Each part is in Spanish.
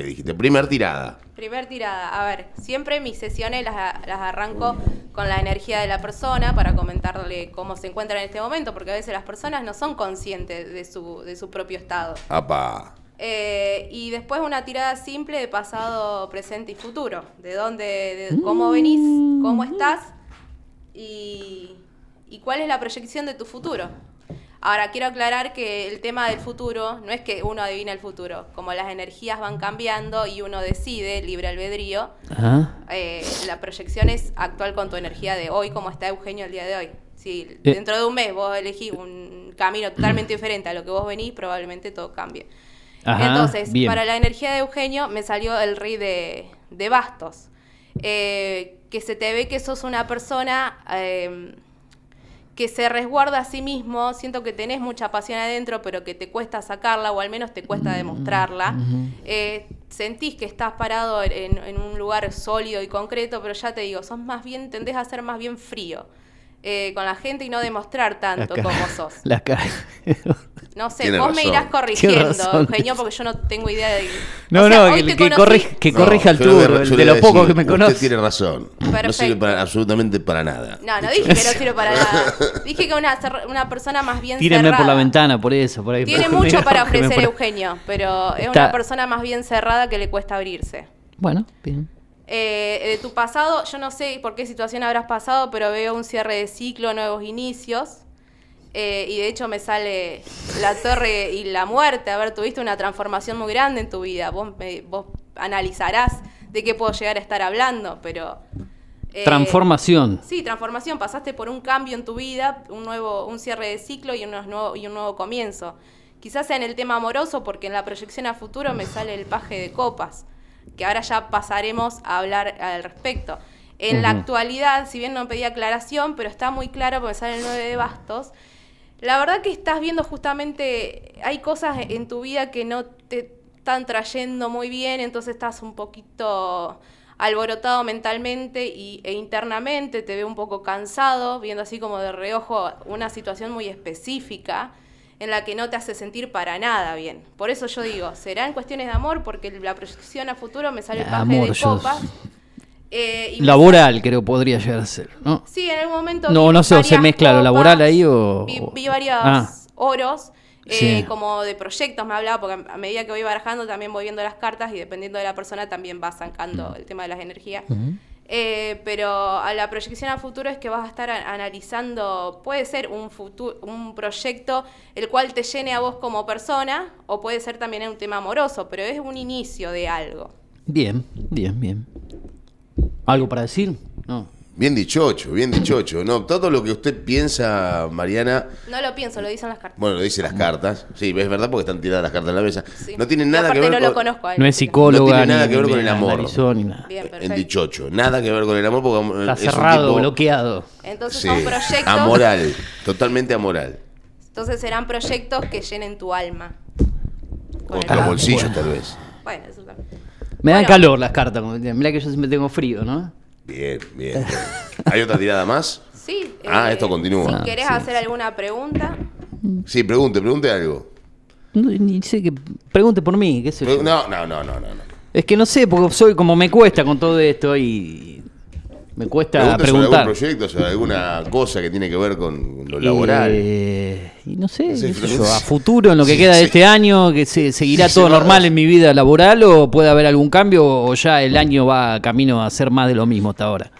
¿Qué dijiste? Primer tirada. Primer tirada, a ver, siempre mis sesiones las, las arranco con la energía de la persona para comentarle cómo se encuentra en este momento, porque a veces las personas no son conscientes de su, de su propio estado. Apa. Eh, y después una tirada simple de pasado, presente y futuro. De dónde, de cómo venís, cómo estás y, y cuál es la proyección de tu futuro. Ahora, quiero aclarar que el tema del futuro no es que uno adivina el futuro. Como las energías van cambiando y uno decide, libre albedrío, Ajá. eh, la proyección es actual con tu energía de hoy, como está Eugenio el día de hoy. Si dentro de un mes vos elegís un camino totalmente diferente a lo que vos venís, probablemente todo cambie. Ajá, Entonces, bien. para la energía de Eugenio me salió el rey de, de bastos. Eh, que se te ve que sos una persona eh, que se resguarda a sí mismo. Siento que tenés mucha pasión adentro, pero que te cuesta sacarla o al menos te Mm, cuesta demostrarla. Eh, sentís que estás parado en, en un lugar sólido y concreto, pero ya te digo, sos más bien, tendés a ser más bien frío. eh, con la gente y no demostrar La tanto ca- como sos. La cara. No sé, Tiene vos me razón. irás corrigiendo, Tiene razón. Eugenio, porque yo no tengo idea de. No, O sea, no, hoy que, te que conocí- corrija, que No, corrija el yo le voy a- tour, yo el- le de voy a lo poco decir, que me usted conoce. tiene razón. No sirve Perfecto. para, absolutamente para nada. No, no Dicho dije que eso. no sirve para nada. Dije que una, cer- una persona más bien Tírenme cerrada. por la ventana, por eso, por ahí. Tiene Empújenme, mucho para empújenme ofrecer por ahí. Eugenio, pero es Está- una persona más bien cerrada que le cuesta abrirse. Bueno, bien. Eh, de tu pasado, yo no sé por qué situación habrás pasado, pero veo un cierre de ciclo, nuevos inicios. Eh, y de hecho me sale la torre y la muerte. A ver, tuviste una transformación muy grande en tu vida. Vos, me- vos analizarás de qué puedo llegar a estar hablando, pero... eh, Transformación. Sí, transformación. Pasaste por un cambio en tu vida, un nuevo, un cierre de ciclo y, unos nuevo- y un nuevo comienzo. Quizás sea en el tema amoroso, porque en la proyección a futuro me sale el paje de copas, que ahora ya pasaremos a hablar al respecto. En la Ujú. actualidad, si bien no pedí aclaración, pero está muy claro porque me sale el 9 de bastos, la verdad que estás viendo justamente, hay cosas en tu vida que no te están trayendo muy bien, entonces estás un poquito alborotado mentalmente y, e internamente, te veo un poco cansado, viendo así como de reojo una situación muy específica en la que no te hace sentir para nada bien. Por eso yo digo, será en cuestiones de amor, porque la proyección a futuro me sale el paje Amor, de yo- copas. eh, y me Laboral, creo podría llegar a ser, ¿no? Sí, en algún momento. No, vi no sé, o varias se mezcla lo laboral ahí o- Vi, o- vi varios Ah. oros, eh, Sí. como de proyectos me hablaba, porque a medida que voy barajando también voy viendo las cartas y dependiendo de la persona también va sacando el tema de las energías. Eh, pero a la proyección a futuro es que vas a estar a- analizando, puede ser un, futuro, un proyecto el cual te llene a vos como persona o puede ser también un tema amoroso, pero es un inicio de algo. Bien, bien, bien. ¿Algo para decir? No. Bien dichocho, bien dichocho. No, todo lo que usted piensa, Mariana, No lo pienso, lo dicen las cartas. bueno, lo dicen las cartas. Sí, es verdad porque están tiradas las cartas en la mesa. Sí. No tiene Y nada que aparte ver no con... lo conozco a él, No es así que- psicóloga. No tiene nada ni- que ver con ni el amor. analizó ni nada. Bien, En perfecto. dichocho, nada que ver con el amor porque eh, Está es un cerrado, tipo- bloqueado. Entonces Sí, son proyectos. amoral, totalmente amoral. Entonces serán proyectos que llenen tu alma. Con O el los trabajo. bolsillos tal vez. Bueno, eso también. Me dan Bueno. calor las cartas. como decían. Mirá que yo siempre tengo frío, ¿no? Bien, bien. ¿Hay otra tirada más? Sí. Ah, esto continúa. Si querés Ah, sí. hacer alguna pregunta, Sí, pregunte, pregunte algo. No, ni sé que. Pregunte por mí, qué sé yo. Pre- No, no, no, no, no. no. Es que no sé, porque soy como me cuesta con todo esto y. Me cuesta Pregunte sobre algún preguntar. proyecto, sobre alguna cosa que tiene que ver con lo laboral. Eh, y no sé, No sé, qué sé Florencia. yo, a futuro, en lo que Sí, queda de sí. este año, que se, seguirá Sí, todo sí, no, normal es- en mi vida laboral o puede haber algún cambio o ya el año va camino a ser más de lo mismo hasta ahora.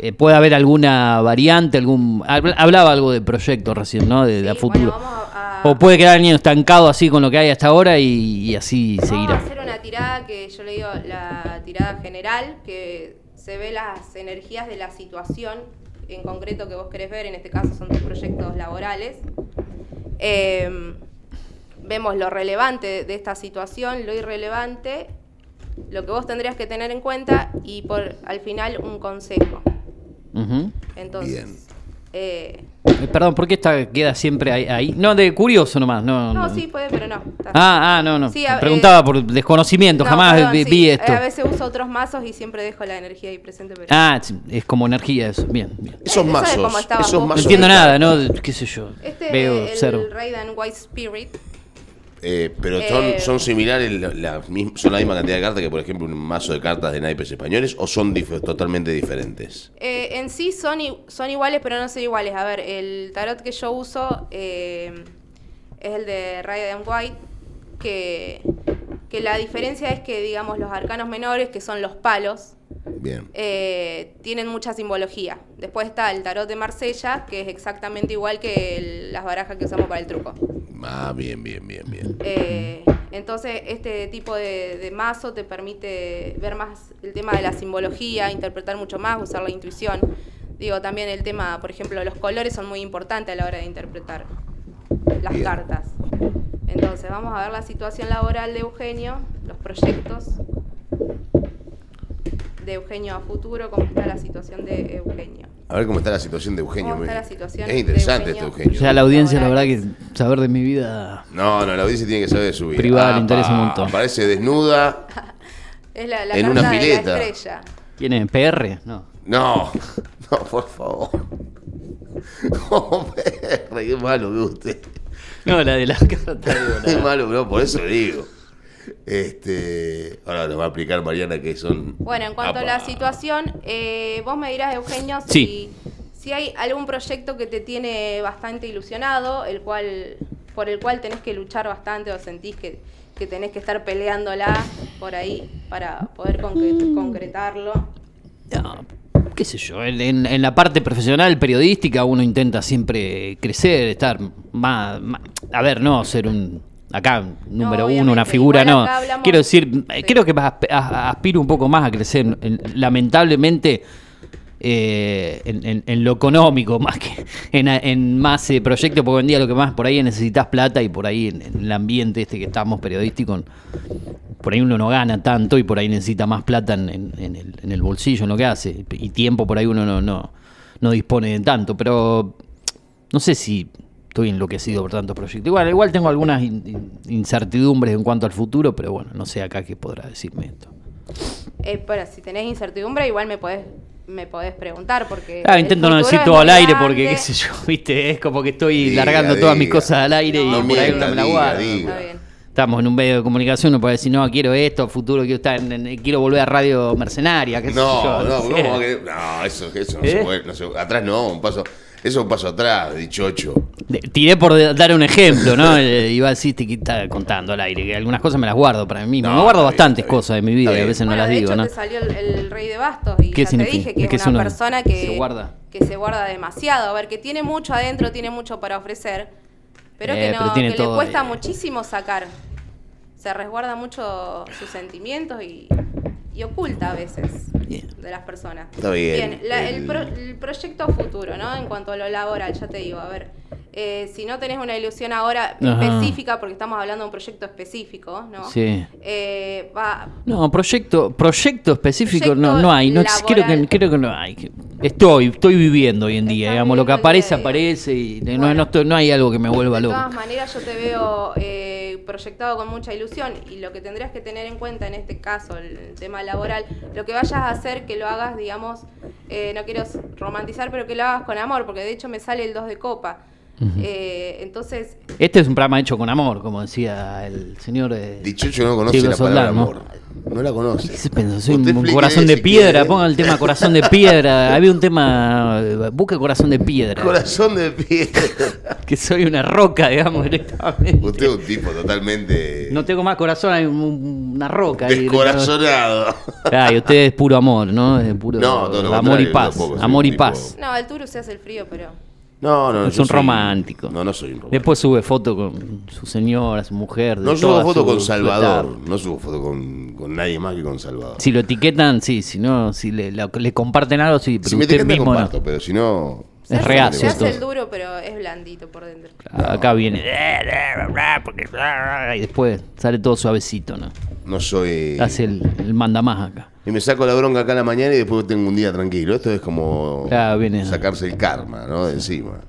Eh, puede haber alguna variante, algún habl- hablaba algo de proyecto recién, ¿no? De, de a Sí, futuro. bueno, vamos a- O puede quedar el año estancado así con lo que hay hasta ahora y, y así seguirá. vamos a hacer una tirada que yo le digo la tirada general, que se ve las energías de la situación en concreto que vos querés ver. En este caso son tus proyectos laborales. Eh, vemos lo relevante de esta situación, lo irrelevante, lo que vos tendrías que tener en cuenta y por al final un consejo. Ujú. Bien. Entonces, eh, Eh, Perdón, ¿por qué esta queda siempre ahí? ahí? No, de curioso nomás. No, no, sí, puede, pero no. está. Ah, ah, no, no. Sí, a- Preguntaba eh, por desconocimiento, No, jamás perdón, vi, sí, eh, vi esto. A veces uso otros mazos y siempre dejo la energía ahí presente. Pero... Ah, sí, es como energía eso. Bien, bien. Esos Eso es mazos, como estaba esos vos. No mazos. entiendo nada, ¿no? ¿Qué sé yo? Este Veo, es el observo. Raiden White Spirit. Eh, pero son, Eh. son similares, la- la mis- son la misma cantidad de cartas que, por ejemplo, un mazo de cartas de naipes españoles o son dif- totalmente diferentes. Eh, en sí son, i- son iguales, pero no son iguales. A ver, el tarot que yo uso eh, es el de Rider and White, que, que la diferencia es que, digamos, los arcanos menores, que son los palos, Bien. eh, tienen mucha simbología. Después está el tarot de Marsella, que es exactamente igual que el- las barajas que usamos para el truco. Ah, bien, bien, bien, bien. Eh, entonces, este tipo de, de mazo te permite ver más el tema de la simbología, interpretar mucho más, usar la intuición. Digo, también el tema, por ejemplo, los colores son muy importantes a la hora de interpretar las Bien. cartas. Entonces, vamos a ver la situación laboral de Eugenio, los proyectos de Eugenio a futuro, cómo está la situación de Eugenio. A ver cómo está la situación de Eugenio. ¿Cómo está me- la situación es interesante de este Eugenio? Eugenio. O sea, la audiencia, la verdad, que saber de mi vida. No, no, la audiencia tiene que saber de su vida. Privada le Ah, interesa un pa, montón. Aparece desnuda. Es la, la En carta una de pileta. la estrella. ¿Quién es? ¿PR? No. No, no, por favor. Hombre, qué malo que usted. No, la de las cartas. Qué malo, no, por eso digo. Este, ahora nos va a explicar Mariana que son. Bueno, en cuanto a Apa. la situación, eh, vos me dirás, Eugenio, si, Sí. si hay algún proyecto que te tiene bastante ilusionado, el cual, por el cual tenés que luchar bastante o sentís que, que tenés que estar peleándola por ahí para poder Mm. concre- concretarlo. No, qué sé yo, en, en- en la parte profesional periodística uno intenta siempre crecer, estar más, más- a ver, no ser un acá un número uno, una obviamente, figura, igual no. acá hablamos- Quiero decir, eh, Sí. creo que vas- a- aspiro un poco más a crecer. En- Lamentablemente eh, en, en- en lo económico más que en, en más eh, proyectos, porque hoy en día lo que más por ahí necesitas plata y por ahí en, en el ambiente este que estamos periodístico por ahí uno no gana tanto y por ahí necesita más plata en, en- en el, en el bolsillo, en lo que hace. Y tiempo por ahí uno no, no, no dispone de tanto. Pero no sé si estoy enloquecido por tantos proyectos. Igual, igual tengo algunas in- in- incertidumbres en cuanto al futuro, pero bueno, no sé acá qué podrá decirme esto. Eh, pero si tenés incertidumbre, igual me podés, me podés preguntar, porque... Ah, Eh, el intento no futuro decir es todo muy al aire grande. porque, qué sé yo, viste, es como que estoy Diga, largando todas mis diga. cosas al aire No, y por ahí mienta, uno me la diga, guarda. diga. Está bien. Estamos en un medio de comunicación, uno puede decir, no, quiero esto, a futuro quiero estar, en- en- quiero volver a Radio Mercenaria, qué sé No, yo, no, sé. ¿cómo va a querer? No, eso, eso no ¿Eh? se puede. no se- atrás no, un paso. Eso es un paso atrás, dichocho. De- Tiré por de- dar un ejemplo, ¿no? Eh, Iba a decirte que está contando al aire, que algunas cosas me las guardo para mí mismo. No, me guardo está bien, bastantes está bien. cosas de mi vida, Está a veces no Bueno, las de digo, hecho ¿no? te salió el, el rey de bastos y ya ¿Qué te significa? dije que Es es, que es una una- persona que se guarda. que se guarda demasiado, a ver, que tiene mucho adentro, tiene mucho para ofrecer, pero Eh, que no, pero tiene que todo, le cuesta eh. muchísimo sacar. Se resguarda mucho sus sentimientos y, y oculta a veces Bien. de las personas. Está bien, la- el... el- pro- el proyecto futuro, ¿no? En cuanto a lo laboral, ya te digo, a ver, eh, si no tenés una ilusión ahora Ajá. específica, porque estamos hablando de un proyecto específico, ¿no? Sí. Eh, va, No, proyecto, proyecto específico Proyecto no, no hay. No, ex- creo, que, laboral. creo que no hay. Estoy, estoy viviendo hoy en día, Estás digamos. Lo que viviendo el aparece, día a día. aparece y no- no, Bueno. estoy- no hay algo que me vuelva De loco. todas maneras, yo te veo eh, proyectado con mucha ilusión y lo que tendrías que tener en cuenta en este caso, el tema laboral, lo que vayas a hacer, que lo hagas, digamos, eh, no quiero s- romantizar, pero que lo hagas con amor, porque de hecho me sale el 2 de copa. Eh, entonces, Este es un programa hecho con amor, como decía el señor. eh, Dichocho no conoce Silvio la palabra Soldán, ¿no? amor. No la conoce. ¿Qué se piensa? Soy un Usted explíquele corazón de si piedra. quiere. ¿eh? Pongan el tema corazón de piedra. Había un tema. eh, Busca corazón de piedra. Corazón de piedra. que soy una roca, digamos, directamente. Usted es un tipo totalmente No tengo más corazón, hay un- una roca. ahí, descorazonado. Claro, y usted es puro amor, ¿no? Es puro No, todo lo amor y contrario, paz. tampoco soy amor un y tipo- paz. no, al Turu se hace el frío, pero No, no, no. Es yo un soy- romántico. No, no soy un romántico. Después sube foto con su señora, su mujer. de no subo toda foto su- con su etapa. Salvador. No subo foto con, con nadie más que con Salvador. Si lo etiquetan, sí. Si no, si le, la- le comparten algo, sí. Pero si me usted etiquetan, mismo comparto, no. pero si no. se Es hace- reacio, se hace el entonces. duro, pero es blandito por dentro. Acá viene. "Eh, eh, bla, porque bla", Y después sale todo suavecito, ¿no? No soy. Hace el, el manda más acá. Y me saco la bronca acá a la mañana y después tengo un día tranquilo. Esto es como Claro, viene- sacarse el karma, ¿no? De encima.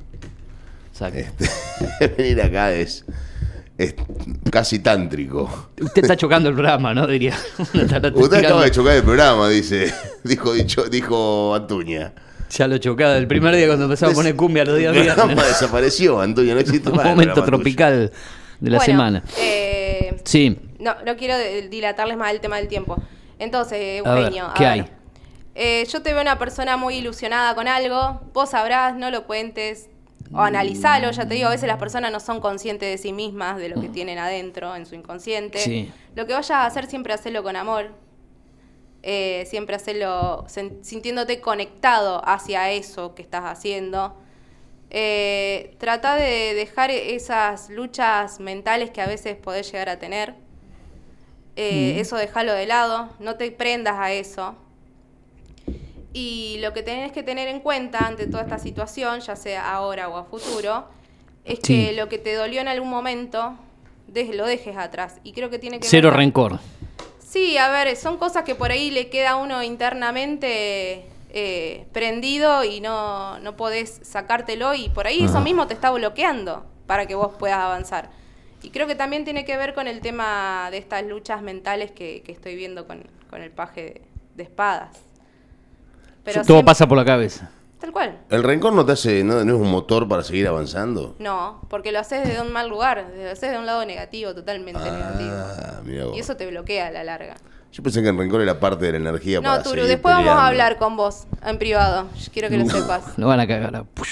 Saca. Este, venir acá es, es casi tántrico. Usted está chocando el programa, ¿no? Diría. Está Usted tirando- acaba de chocar el programa, dice. Dijo, dicho, dijo Antuña. Ya lo chocado. El primer día cuando empezaba a poner cumbia los días El programa viernes. desapareció, Antuña, no existe Un más. el momento programa tuyo. tropical de la Bueno, semana. eh, eh, Sí. No, no quiero de- dilatarles más el tema del tiempo. Entonces, A ver, Eugenio, a ¿qué ver. hay? Eh, yo te veo una persona muy ilusionada con algo, vos sabrás, no lo cuentes o analizalo, ya te digo, a veces las personas no son conscientes de sí mismas, de lo que tienen adentro, en su inconsciente. Mm. Sí. Lo que vayas a hacer, siempre hacerlo con amor, eh, siempre hacerlo sen- sintiéndote conectado hacia eso que estás haciendo. Eh, trata de dejar esas luchas mentales que a veces podés llegar a tener. Eh, Eso dejalo de lado, no te prendas a eso. Y lo que tenés que tener en cuenta ante toda esta situación, ya sea ahora o a futuro, es Sí. que lo que te dolió en algún momento, des- lo dejes atrás. Y creo que tiene que Cero ver- rencor. Sí, a ver, son cosas que por ahí le queda a uno internamente eh, prendido y no, no podés sacártelo y por ahí Ah. eso mismo te está bloqueando para que vos puedas avanzar. Y creo que también tiene que ver con el tema de estas luchas mentales que, que estoy viendo con, con el paje de, de espadas. Todo siempre- pasa por la cabeza. Tal cual. El rencor no te hace, no, no es un motor para seguir avanzando. No, porque lo haces desde un mal lugar, lo haces de un lado negativo, totalmente negativo. Ah, mira vos. Y eso te bloquea a la larga. Yo pensé que el rencor era parte de la energía para No, Turu, seguir después vamos peleando. a hablar con vos en privado. Yo quiero que lo sepas. Lo van a cagar. a- push,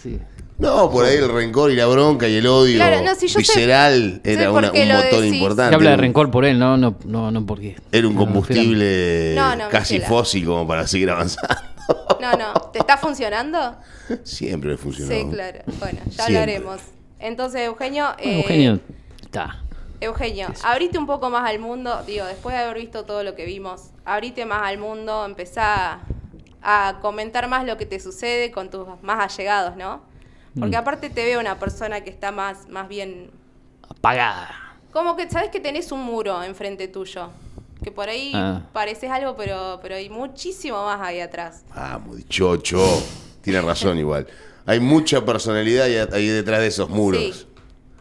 sí. No, por ahí el rencor y la bronca y el odio Claro, no, si yo sé- visceral sé era por una- qué un lo motor decís. importante. Se habla de Era un- rencor por él, no, no, no, no porque. Era un no, combustible No, no, casi Michela. fósil como para seguir avanzando. No, no. ¿Te está funcionando? Siempre funcionó. Sí, claro. Bueno, ya Siempre. hablaremos. Entonces, Eugenio, Bueno, eh, Eugenio, está. Eugenio, abrite un poco más al mundo. Digo, después de haber visto todo lo que vimos, abrite más al mundo, empezá a comentar más lo que te sucede con tus más allegados, ¿no? Porque Mm. aparte te veo una persona que está más, más bien Apagada. Como que sabes que tenés un muro enfrente tuyo. Que por ahí Ah. pareces algo, pero, pero hay muchísimo más ahí atrás. Vamos, chocho. Tiene razón igual. Hay mucha personalidad ahí, ahí detrás de esos muros. Sí.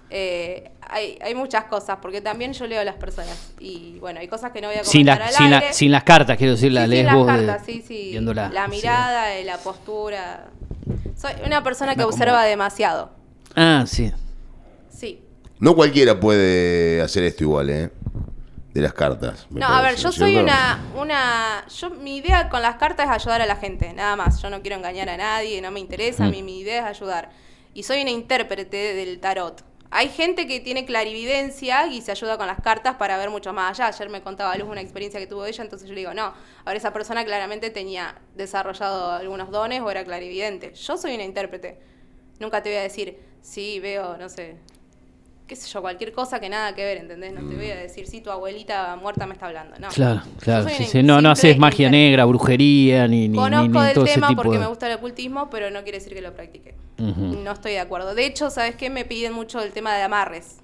Eh, hay, hay muchas cosas, porque también yo leo a las personas. Y bueno, hay cosas que no voy a comentar Sin, al las sin, la- aire. sin las cartas, quiero decir, Sí, la sin lees las vos. de- cartas, sí, sí. viéndola. La Sí. mirada, eh, la postura. Soy una persona que observa demasiado. Ah, sí. Sí. No cualquiera puede hacer esto igual, ¿eh? De las cartas. me No, a ver, parece, yo ¿no es soy cierto? una, una, yo mi idea con las cartas es ayudar a la gente, nada más. Yo no quiero engañar a nadie, no me interesa, Mm. a mí mi idea es ayudar. Y soy una intérprete del tarot. Hay gente que tiene clarividencia y se ayuda con las cartas para ver mucho más allá. Ayer me contaba Luz una experiencia que tuvo ella, entonces yo le digo, no, ahora esa persona claramente tenía desarrollado algunos dones o era clarividente. Yo soy una intérprete. Nunca te voy a decir, sí, veo, no sé, qué sé yo, cualquier cosa que nada que ver, ¿entendés? No te voy a decir, sí, tu abuelita muerta me está hablando, no. Mm. Claro, claro. Yo soy sí, una sí. No, no haces simple magia inter- negra, brujería, ni, ni, ni, Conozco ni del todo ese tema tipo porque de- me gusta el ocultismo, pero no quiere decir que lo practique. Ujú. No estoy de acuerdo. De hecho, ¿sabes qué? Me piden mucho el tema de amarres.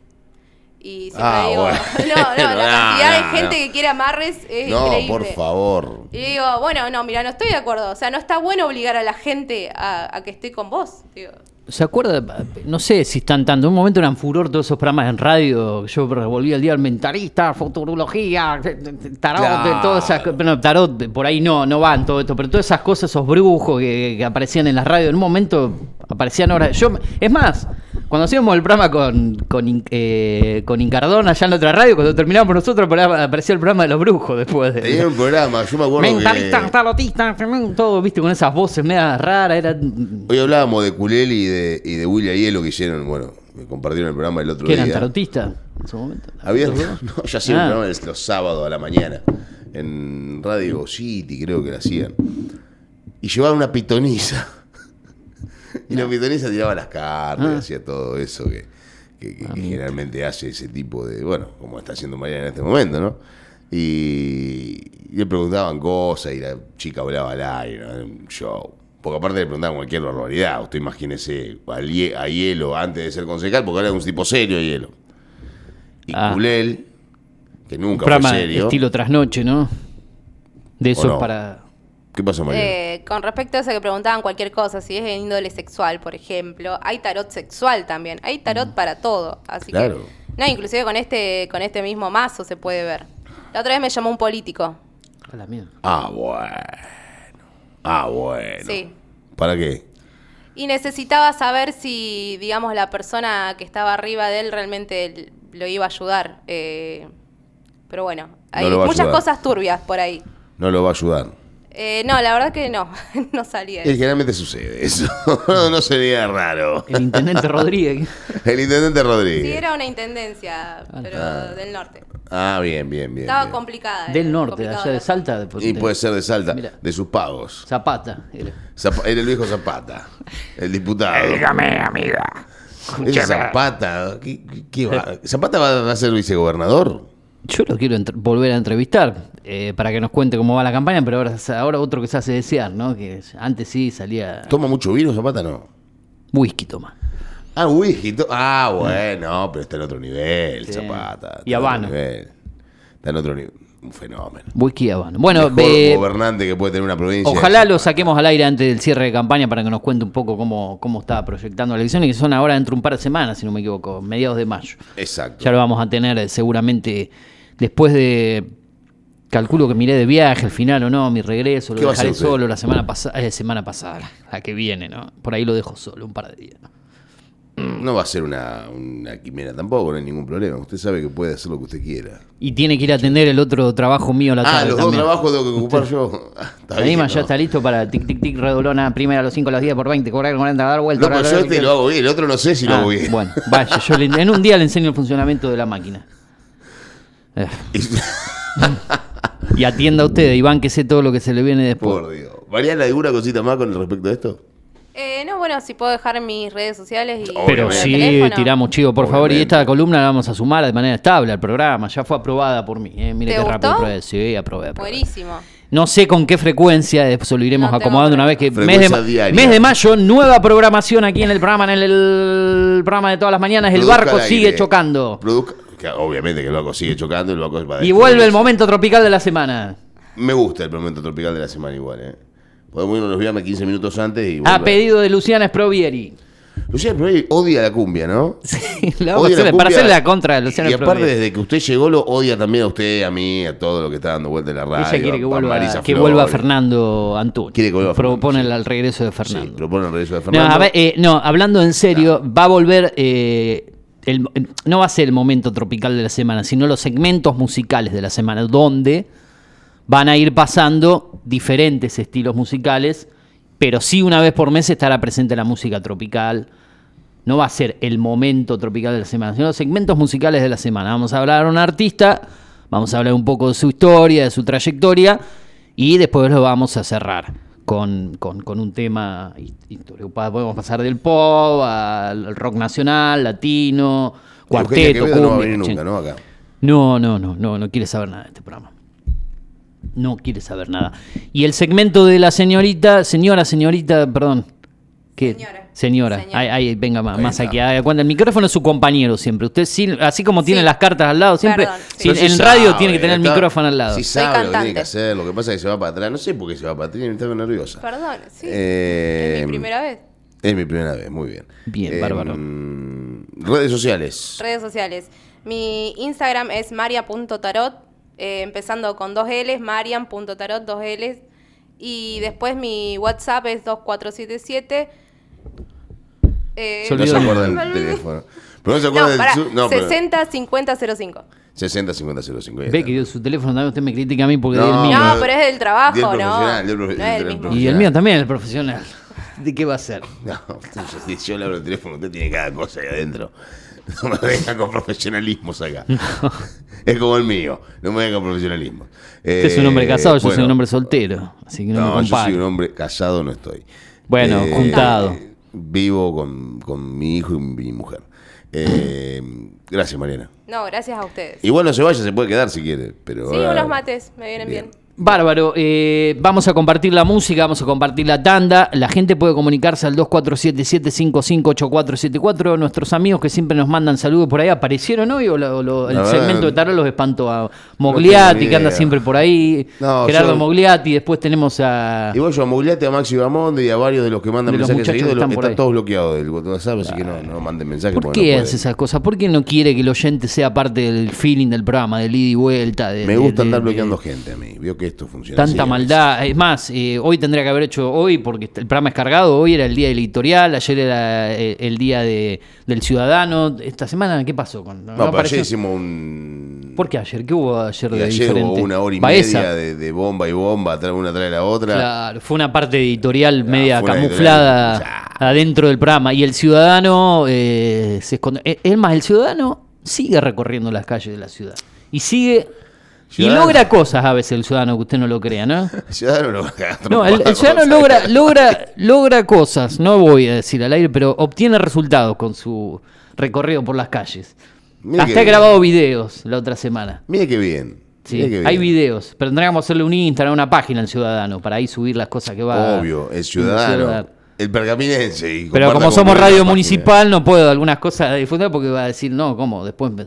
Y siempre Ah, digo, bueno. no, no, la No, cantidad no, de gente no. que quiere amarres es No, increíble. por favor. Y digo, bueno, no, mira, no estoy de acuerdo. O sea, no está bueno obligar a la gente a, a que esté con vos. Digo, ¿Se acuerda? No sé si están tanto. En un momento eran furor todos esos programas en radio. Yo revolvía el día del mentalista, futurología, t- t- t- tarot, Claro. todas esas co- Bueno, tarot, por ahí no, no van todo esto. Pero todas esas cosas, esos brujos que, que aparecían en las radios, en un momento aparecían ahora. Yo, es más, cuando hacíamos el programa con, con, In- eh, con Incardón allá en la otra radio, cuando terminábamos nosotros, aparecía el programa de los brujos después. de- Tenía un programa, yo me acuerdo Mentalista, que... tarotista, todo, viste, con esas voces media raras, era... Hoy hablábamos de Culeli y de, y de Willy Aiello que hicieron, bueno, me compartieron el programa el otro que día. eran tarotistas en su momento. Había, no, yo hacía Ah. un programa los sábados a la mañana en Radio City, creo que lo hacían. Y llevaban una pitoniza. Y la pitoniza tiraba las cartas, Ah. y hacía todo eso que, que- que- que generalmente hace ese tipo de. Bueno, como está haciendo Mariana en este momento, ¿no? Y, y le preguntaban cosas y la chica hablaba al aire, ¿no? Era un show. Porque aparte le preguntaban cualquier barbaridad. Usted imagínese al hie- a Hielo antes de ser concejal, porque ahora es un tipo serio Hielo. Y Ah. Culel, que Un nunca fue programa de serio. estilo trasnoche, ¿no? De esos no? para. ¿Qué pasó, Mariana? Eh, con respecto a eso que preguntaban cualquier cosa, si es de índole sexual, por ejemplo, hay tarot sexual también, hay tarot para todo, así Mm. Claro. que no, inclusive con este con este mismo mazo se puede ver. La otra vez me llamó un político. A la mierda. Ah, bueno. Ah, bueno. Sí. ¿Para qué? Y necesitaba saber si, digamos, la persona que estaba arriba de él realmente l- lo iba a ayudar. eh, pero bueno, hay lo va a muchas ayudar. cosas turbias por ahí. No lo va a ayudar. Eh, no, la verdad que no, no salí de Y generalmente sucede eso. no, no sería raro. El intendente Rodríguez. El intendente Rodríguez. Sí, era una intendencia, pero del norte. Ah, bien, bien, bien. Estaba bien. complicada. Eh, Del era norte, de complicado allá el de asunto. Salta. de- Y pues- puede ser de Salta, Mira. de sus pagos. Zapata. era. Zap- era el viejo Zapata, el diputado. Dígame, amiga. Ese Zapata, ¿qué- qué- qué va? ¿Zapata va va a ser vicegobernador? Yo lo quiero entr- volver a entrevistar eh, para que nos cuente cómo va la campaña, pero ahora, ahora otro que se hace desear, ¿no? Que antes sí salía ¿Toma mucho vino Zapata? No. whisky, toma. Ah, whisky. to- Ah, bueno, pero está en otro nivel, Sí. Zapata. está Y en otro Habano. nivel. Está en otro nivel. Un fenómeno. Whisky y habano. Bueno, Mejor ve- gobernante que puede tener una provincia. ojalá lo saquemos al aire antes del cierre de campaña para que nos cuente un poco cómo, cómo está proyectando la elección, que son ahora dentro de un par de semanas, si no me equivoco, mediados de mayo. Exacto. Ya lo vamos a tener eh, seguramente después de. Calculo que miré de viaje, al final o no, mi regreso, ¿Qué lo va a hacer dejaré usted? solo la semana pasada, semana pasada, la que viene, ¿no? Por ahí lo dejo solo un par de días. Mm. No va a ser una, una quimera tampoco, no hay ningún problema. Usted sabe que puede hacer lo que usted quiera. Y tiene que ir a atender el otro trabajo mío la tarde Ah, los dos también. trabajos tengo que ocupar yo. Ah, está bien, Anima, ¿no? ya está listo para tic tic tic redolona primera a los 5 a las 10 por 20, cobrar 40, dar vuelta. No, pero dar- yo dar- este lo hago bien, el otro no sé si lo Ah, hago bien. Bueno, vaya, yo le- en un día le enseño el funcionamiento de la máquina. Eh, Y atienda usted, Iván, que sé todo lo que se le viene después. Por Dios. Mariana, ¿alguna cosita más con respecto a esto? Eh, no, bueno, si puedo dejar mis redes sociales y. Pero Obviamente. el sí, teléfono. tiramos chivo, por favor. Y Obviamente. esta columna la vamos a sumar de manera estable al programa. Ya fue aprobada por mí. eh. Mire ¿Te qué gustó? rápido aprobé. Sí, aprobé. aprobé. Buenísimo. No sé con qué frecuencia, eso lo iremos No tengo acomodando una vez que mes de, ma- Frecuencia diaria. mes de mayo, nueva programación aquí en el programa, en el, el programa de todas las mañanas, el Produzca barco al aire. sigue chocando. Produzca- que obviamente que el barco sigue chocando, el barco va a Y vuelve el destruirse. momento tropical de la semana. Me gusta el momento tropical de la semana igual, ¿eh? Podemos irnos los viernes 15 minutos antes y... A volver. pedido de Luciana Sprovieri. Luciana Provieri odia la cumbia, ¿no? Sí, la vamos a Odia hacerle- para cumbia. hacerle la contra de Luciana Y aparte, Sprovieri. desde que usted llegó, lo odia también a usted, a mí, a todo lo que está dando vuelta en la radio. Ella quiere que a vuelva, Marisa que vuelva Flores. Fernando Antún. Quiere que vuelva Fernando, Propone sí. el, el regreso de Sí, Fernando. propone el regreso de No, Fernando. a ver, eh, no, hablando en serio, va a volver. eh, el- no va a ser el momento tropical de la semana, sino los segmentos musicales de la semana, donde van a ir pasando diferentes estilos musicales, pero sí una vez por mes estará presente la música tropical. No va a ser el momento tropical de la semana, sino los segmentos musicales de la semana. Vamos a hablar a un artista, vamos a hablar un poco de su historia, de su trayectoria, y después lo vamos a cerrar con, con- con un tema hist- histórico. Pa- Podemos pasar del pop al rock nacional, latino, Eugenia cuarteto, Quevedo no va a cumbia, venir chin- nunca, ¿no? Acá. no, no, no, no, no quiere saber nada de este programa. No quiere saber nada. Y el segmento de la señorita, señora, señorita, perdón. ¿Qué? Señora. Señora. Señora. Ahí, ahí, venga más, Ahí más está. aquí. haga de cuenta, el micrófono es su compañero siempre. Usted, sin- así como tiene Sí. las cartas al lado, siempre. Perdón, sí. sin- Pero sí en sabe, radio tiene que tener el está- micrófono al lado. Sí sabe lo que tiene eh, cantante. que hacer. Lo que pasa es que se va para atrás. No sé por qué se va para atrás. y Me está nerviosa. Perdón, sí. Eh, es mi primera vez. Es mi primera vez. Muy bien. Bien, Eh, bárbaro. Redes sociales. Redes sociales. Mi Instagram es maria.tarot, eh, empezando con dos L's, marian.tarot, dos L's. Y después mi WhatsApp es 2477. Eh, Se No olvidó se el- acuerda del me olvidé. teléfono. Pero no se acuerda No, del pará, su- No, pero- 60 50 05. 60 50 05. ahí Ve está. que yo su teléfono también usted me critica a mí porque di No, el mío. No, pero es del trabajo, Del ¿no? profesional, del no profe- es el del mismo. profe- y el mío también, el profesional. ¿De qué va a ser? No, si yo le abro el teléfono, usted tiene cada cosa ahí adentro. No me venga con profesionalismos acá. Es como el mío, no me venga con profesionalismos. Usted Este es un hombre casado, yo soy Eh, bueno, un hombre soltero. Así que no, No, me yo soy un comparo. hombre casado, no estoy. Eh, Bueno, juntado. Vivo con, con mi hijo y mi mujer. Eh, gracias, Mariana. No, gracias a ustedes. Igual no se vaya, se puede quedar si quiere. Pero Sí, ahora- unos mates me vienen Bien. bien. Bárbaro, eh, vamos a compartir la música, vamos a compartir la tanda. La gente puede comunicarse al 2477-558474. Nuestros amigos que siempre nos mandan saludos por ahí, ¿aparecieron hoy o lo- lo- el La verdad, segmento de Tarot los espanto a no Mogliati, tengo que anda idea. siempre por ahí? No, Gerardo yo- Mogliati, después tenemos a. Igual yo a Mugliate, a Maxi Bamonde y a varios de los que mandan Ah. De los mensajes muchachos que seguidos, están están, por ahí. Ah. todos bloqueados del botón de WhatsApp, así que no, no manden mensajes. ¿Por porque qué no pueden. hace esas cosas? ¿Por qué no quiere que el oyente sea parte del feeling del programa, del ida y vuelta? de- Me de- gusta de- andar de- bloqueando gente a mí. Vio que que esto funciona. Tanta así. maldad. Es más, eh, hoy tendría que haber hecho hoy, porque el programa es cargado. Hoy era el día editorial, ayer era eh, el día de- del ciudadano. Esta semana, ¿qué pasó? con- No, pero apareció? ayer hicimos un. ¿Por qué ayer? ¿Qué hubo ayer y de ayer hubo diferente? una hora y Baeza. media de, de bomba y bomba, tra- una tras de la otra. Claro, fue una parte editorial Ah, media fue una camuflada editorial. adentro del programa. Y el ciudadano eh, se esconde. Eh, Es más, el ciudadano sigue recorriendo las calles de la ciudad. Y sigue. Ciudadano. Y logra cosas a veces el ciudadano, que usted no lo crea, ¿no? El ciudadano lo caga No, el, trompada, el ciudadano ¿no? logra, logra, logra cosas, no voy a decir al aire, pero obtiene resultados con su recorrido por las calles. Mira Hasta qué he bien. grabado videos la otra semana. Mira qué bien. Sí, mirá qué bien. hay videos, pero tendríamos que hacerle un Instagram, una página al ciudadano, para ahí subir las cosas que va. Obvio, el haciendo ciudadano. ciudad- El pergaminense. y comparta Pero como con somos cualquier radio página. municipal, no puedo algunas cosas difundir porque va a decir, no, ¿cómo? Después me-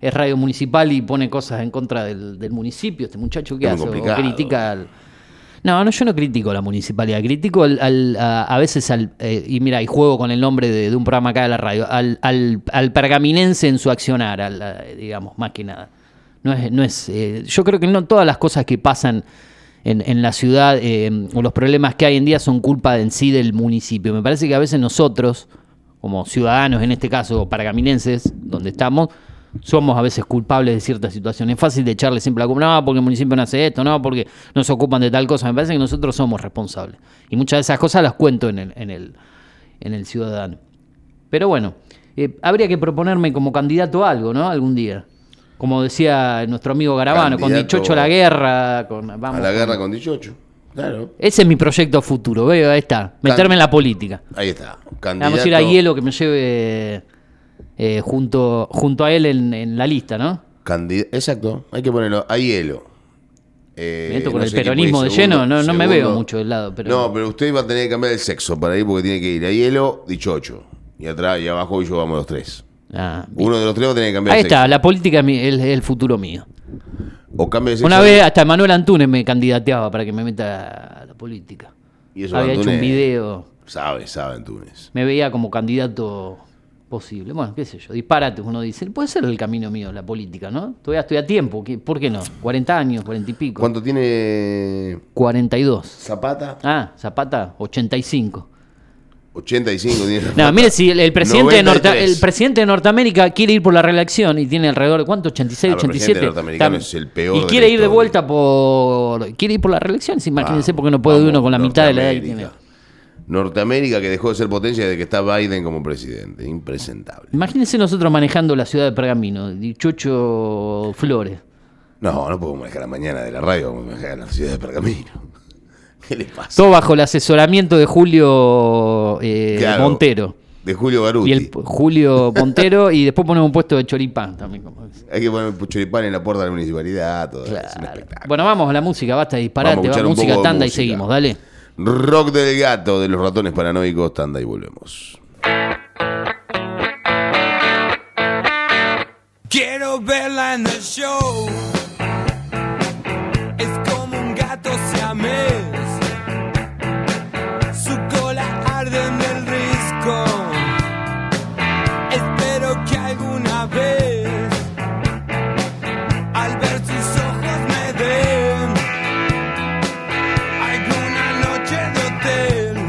es radio municipal y pone cosas en contra del, del municipio, este muchacho que Es muy hace, o complicado. critica al... No, no, yo no critico a la municipalidad, critico al, al- a, a veces al... eh, y mira, y juego con el nombre de, de un programa acá de la radio, al, al, al pergaminense en su accionar, al- a- digamos, más que nada. No es, no es, eh, yo creo que no todas las cosas que pasan en, en la ciudad eh, o los problemas que hay en día son culpa de en sí del municipio. Me parece que a veces nosotros, como ciudadanos en este caso, o paragaminenses, donde estamos, somos a veces culpables de ciertas situaciones. Es fácil de echarle siempre la culpa, no, porque el municipio no hace esto, no, porque no se ocupan de tal cosa. Me parece que nosotros somos responsables. Y muchas de esas cosas las cuento en el, en el, en el ciudadano. Pero bueno, eh, habría que proponerme como candidato algo, ¿no? Algún día. Como decía nuestro amigo Garabano, con Candidato Dichocho a la guerra, con... Vamos, A la con- guerra con 18. Claro. ese es mi proyecto futuro, veo, ahí está. Meterme en la política. Ahí está. Vamos a ir a Hielo que me lleve eh, junto, junto a él en, en la lista, ¿no? Candid- Exacto, hay que ponerlo a hielo. Eh, Me meto con el quién peronismo puede ir de lleno, no- no me veo mucho del lado, pero- No, pero usted va a tener que cambiar el sexo para ir porque tiene que ir a hielo, dichocho. Y atrás y abajo y yo vamos los tres. Ah, bien. Uno de los tres va a tener que cambiar ahí el sexo. está, la política es, mi- es- es el futuro mío. O cambia de sexo. Una vez hasta Manuel Antunes me candidateaba para que me meta a la política. Y eso Había hecho un Antunes- video, Sabe, sabe en Túnez. me veía como candidato posible. Bueno, qué sé yo, disparate, uno dice, puede ser el camino mío, la política, ¿no? Todavía estoy a tiempo, ¿qué- ¿por qué no? 40 años, 40 y pico. ¿Cuánto tiene 42. Zapata? Ah, Zapata, 85. 85 tiene No, Zapata. mire, si el, el presidente de Norte- 93. el presidente de Norteamérica quiere ir por la reelección y tiene alrededor de cuánto, 86, Ah, pero el 87. presidente norteamericano Tam- es el peor de Y la quiere ir de historia. vuelta por. Quiere ir por la reelección, si imagínense, porque no puede Vamos, uno con la mitad de la edad que tiene. Norteamérica. Norteamérica que dejó de ser potencia desde que está Biden como presidente. Impresentable. Imagínense nosotros manejando la ciudad de Pergamino, Dichocho Flores. No, no podemos manejar la mañana de la radio, vamos a manejar la ciudad de Pergamino. ¿Qué le pasa? Todo bajo el asesoramiento de Julio eh, Claro, Montero. De Julio Baruti. Y el Julio Montero, y después ponemos un puesto de choripán también. Como Hay que poner el choripán en la puerta de la municipalidad, todo. Es un Claro. espectáculo. Bueno, vamos a la música, basta de disparate, Vamos a va, escuchar un música poco de tanda y música. seguimos, dale. Rock del gato de los ratones paranoicos, tanda y volvemos. Quiero verla en el show.